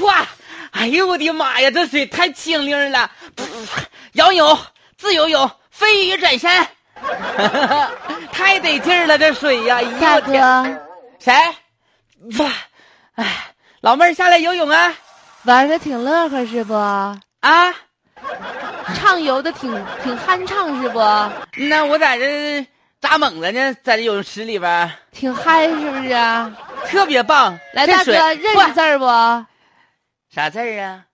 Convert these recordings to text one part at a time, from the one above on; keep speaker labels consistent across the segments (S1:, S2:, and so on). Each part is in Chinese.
S1: 哇！哎呦我的妈呀，这水太清灵了！噗仰泳、自由泳、飞鱼转身， 太得劲儿了，这水呀！哎呀
S2: 大
S1: 我天
S2: 哥，
S1: 谁？哇！哎，老妹儿下来游泳啊
S2: 玩的挺乐呵是不？
S1: 啊！
S2: 畅游的挺挺酣畅是不？
S1: 那我在这扎猛子呢，在这游泳池里边儿
S2: 挺嗨是不是啊？
S1: 特别棒。
S2: 来，
S1: 这
S2: 大哥
S1: 水
S2: 认
S1: 哇
S2: 识字儿不？
S1: 啥字儿啊？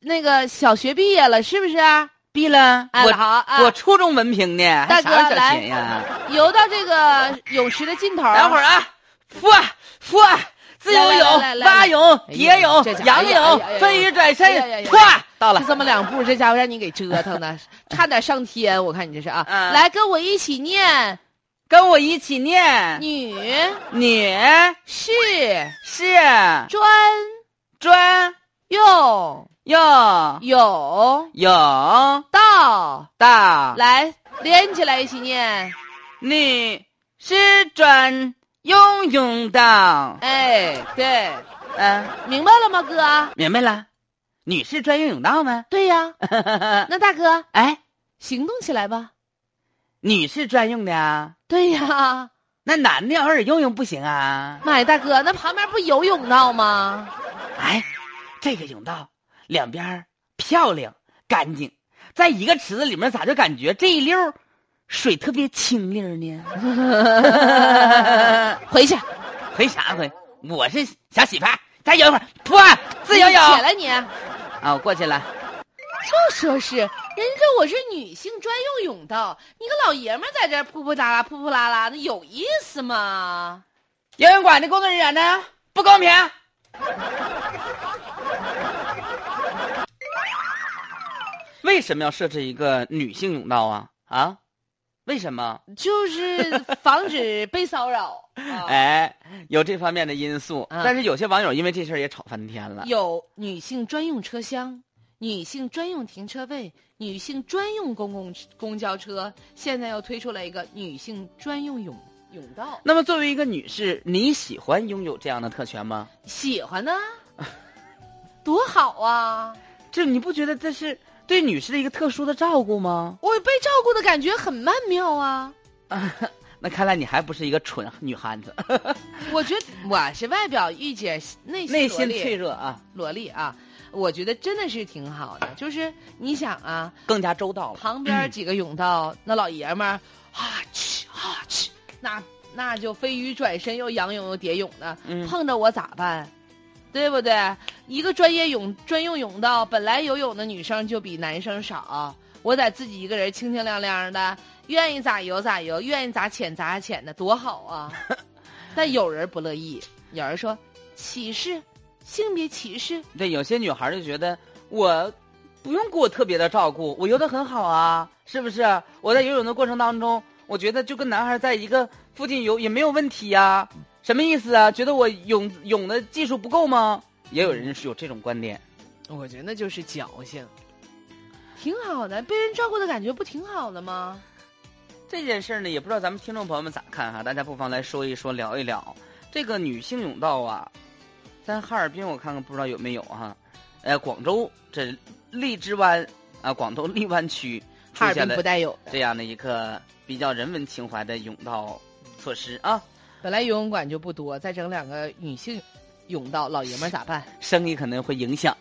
S2: 那个小学毕业了是不是啊？
S1: 毕了，
S2: 哎，
S1: 我
S2: 好啊，
S1: 我初中文凭呢，还
S2: 大
S1: 啥
S2: 哥
S1: 小
S2: 来
S1: 学呀？
S2: 游到这个泳池的尽头。
S1: 等会儿啊，哇哇，啊自由
S2: 来来来
S1: 泳、
S2: 来
S1: 蛙泳、
S2: 哎呀
S1: 蝶泳
S2: 这家、伙
S1: 仰
S2: 哎呀哎呀哎
S1: 泳、
S2: 呀
S1: 飞鱼转
S2: 哎呀哎呀
S1: 身，
S2: 哎呀
S1: 唰到了
S2: 就。这么两步，这家伙让你给折腾 的，差点上天。我看你这是啊，
S1: 嗯
S2: 来跟我一起念，
S1: 跟我一起念，
S2: 女
S1: 女
S2: 士
S1: 是
S2: 专
S1: 专
S2: 用
S1: 用
S2: 有
S1: 泳
S2: 道，
S1: 道，
S2: 来连起来一起念，
S1: 女是专用泳道。
S2: 哎，对，
S1: 嗯，
S2: 明白了吗，哥？
S1: 明白了，女士专用泳道 吗？
S2: 对呀，那大哥
S1: 哎，
S2: 行动起来吧。
S1: 女士专用的啊，
S2: 对呀，
S1: 那男的偶尔用用不行啊。
S2: 妈呀，大哥，那旁边不游泳道吗？
S1: 哎，这个泳道两边儿漂亮干净，在一个池子里面，咋就感觉这一溜儿水特别清溜儿呢？
S2: 回去，
S1: 回啥回？我是小媳妇儿，再游一会儿，哇，自由泳
S2: 起来你。
S1: 啊，我过去了。
S2: 就说是人家我是女性专用泳道，你个老爷们儿在这儿扑扑啦啦、扑扑啦啦，那有意思吗？
S1: 游泳馆的工作人员呢？不公平！ 为什么要设置一个女性泳道啊？啊？为什么？
S2: 就是防止被骚 扰。啊、
S1: 哎，有这方面的因素，
S2: 嗯
S1: 但是有些网友因为这事儿也吵翻天了。
S2: 有女性专用车厢、女性专用停车位、女性专用公共公交车，现在又推出来一个女性专用泳泳道，
S1: 那么，作为一个女士，你喜欢拥有这样的特权吗？
S2: 喜 欢呢，多好啊！
S1: 这你不觉得这是对女士的一个特殊的照顾吗？
S2: 我被照顾的感觉很曼妙啊。
S1: 那看来你还不是一个蠢女汉
S2: 哎
S1: 子，
S2: 我觉得我是外表御姐，内心
S1: 内
S2: 萝
S1: 心
S2: 莉
S1: 脆弱啊，
S2: 萝莉啊，我觉得真的是挺好的。就是你想啊，
S1: 更加周到了。
S2: 旁边几个甬道、那老爷们儿啊去啊去，那那就飞鱼转身又仰泳又蝶泳的，
S1: 嗯
S2: 碰着我咋办？对不对？一个专业泳专用泳道，本来游泳的女生就比男生少，我得自己一个人清清亮亮的，愿意咋游咋游，愿意咋潜咋潜的，多好啊！但有人不乐意，有人说歧视，性别歧视，
S1: 对，有些女孩儿就觉得我不用给我特别的照顾，我游得很好啊，是不是？我在游泳的过程当中，我觉得就跟男孩儿在一个附近游也没有问题呀、
S2: 嗯
S1: 什么意思啊？觉得我泳泳的技术不够吗？也有人是有这种观点。
S2: 我觉得那就是矫情。挺好的，被人照顾的感觉不挺好的吗？
S1: 这件事儿呢，也不知道咱们听众朋友们咋看哈、大家不妨来说一说，聊一聊这个女性泳道啊，在哈尔滨我看看不知道有没有哈、呃，广州这荔枝湾啊，广东荔湾区出
S2: 哈尔
S1: 现
S2: 滨
S1: 了
S2: 不带有的，
S1: 这样的一个比较人文情怀的甬道措施啊，
S2: 本来游泳馆就不多，再整两个女性泳道，老爷们儿咋办？
S1: 生意可能会影响。